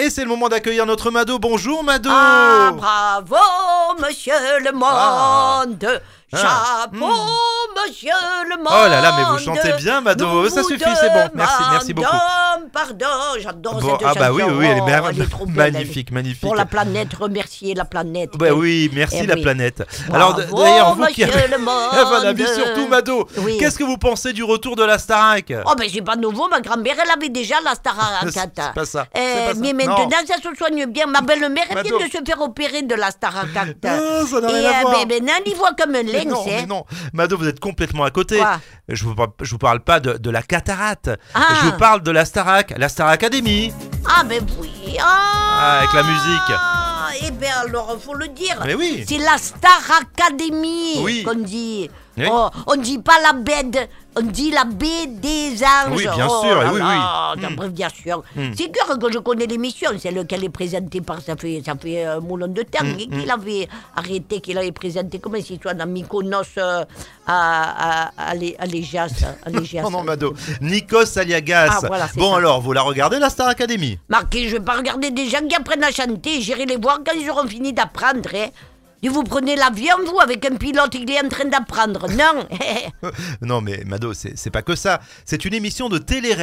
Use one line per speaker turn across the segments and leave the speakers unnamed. Et c'est le moment d'accueillir notre Mado. Bonjour Mado
Ah, bravo, monsieur le
Ah.
monde
Ah.
Chapeau,
Hmm.
monsieur le monde
Oh là là, mais vous chantez bien, Mado.
Nous
Ça
vous
suffit, c'est bon. Merci, merci beaucoup.
demandons Pardon, j'adore
Bon,
cette
ah bah oui,
chanson.
oui, elle est,
Oh,
mer-
trop belle, elle est-
magnifique, magnifique.
Pour la planète, remercier la planète.
Bah oui, merci
Eh
la
oui.
planète.
Bravo,
Alors d- d'ailleurs, vous qui
monsieur
avez
le monde.
Ah, enfin, la vie surtout Mado,
Oui.
qu'est-ce que vous pensez du retour de la Starac
Oh, ben c'est pas nouveau, ma grand-mère, elle avait déjà la
C'est-
Starac.
c'est pas ça,
Euh,
c'est pas ça.
mais
Non.
maintenant, ça se soigne bien. Ma belle-mère, elle vient
Madame.
de se faire opérer de la Starac.
Non, Ah, ça n'a rien
Et
à voir.
ben, ben, non, il voit comme un
Mais
lynx,
non, mais
hein.
non, Mado, vous êtes complètement à côté.
Quoi
je vous par- je vous parle pas de, de la cataracte.
Ah.
Je vous parle de la Starac, la Star Academy.
Ah, ben oui. Ah,
Ah, avec la musique.
Ah, eh bien, alors, faut le dire.
Mais oui.
C'est la Star Academy
Oui.
qu'on dit.
Oui.
Oh, on dit pas la bête, on dit la baie des anges.
Oui, bien
Oh
sûr,
là
oui, Hmm.
là, t'as bref, bien sûr. C'est clair que je connais l'émission, celle qu'elle est présentée par. Ça fait, ça fait euh, mon nom de temps.
Hmm,
Et qu'il avait arrêté, qu'il avait présenté, comment s'il soit dans Mykonos euh, à, à, à, Lé- à Léjas. à Léjas.
Non, non, Mado. Nikos Aliagas.
Ah, voilà, c'est
bon,
ça.
alors, vous la regardez, la Star Academy
Marquez, je vais pas regarder des gens qui apprennent à chanter. J'irai les voir quand ils auront fini d'apprendre. Hein. Et vous prenez l'avion, vous, avec un pilote, il est en train d'apprendre. Non
Euh, Non, mais Mado, c'est c'est pas que ça. C'est une émission de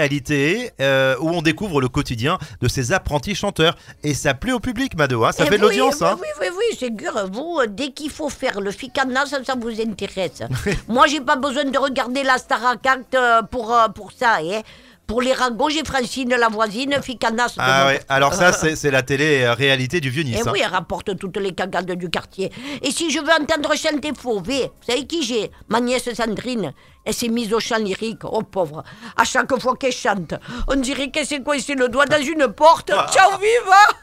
télé-réalité euh, où on découvre le quotidien de ces apprentis chanteurs. Et ça plaît au public, Mado. hein. Ça
Eh
fait de
oui,
l'audience.
oui,
hein.
Oui, oui, oui, c'est dur. Vous, euh, dès qu'il faut faire le ficana, ça, ça vous intéresse. Moi, j'ai pas besoin de regarder la Staracact euh, pour, euh, pour ça. Hein. Pour les ragots, j'ai Francine, la voisine, ficana. c'est
Ah
bon.
ouais, alors ça, c'est c'est la télé-réalité du vieux Nice.
Eh
hein.
oui, elle rapporte toutes les cagades du quartier. Et si je veux entendre chanter Fauvé, vous savez qui j'ai Ma nièce Sandrine. Elle s'est mise au chant lyrique, oh pauvre. À chaque fois qu'elle chante, on dirait qu'elle s'est coincée le doigt dans une porte. Ciao, viva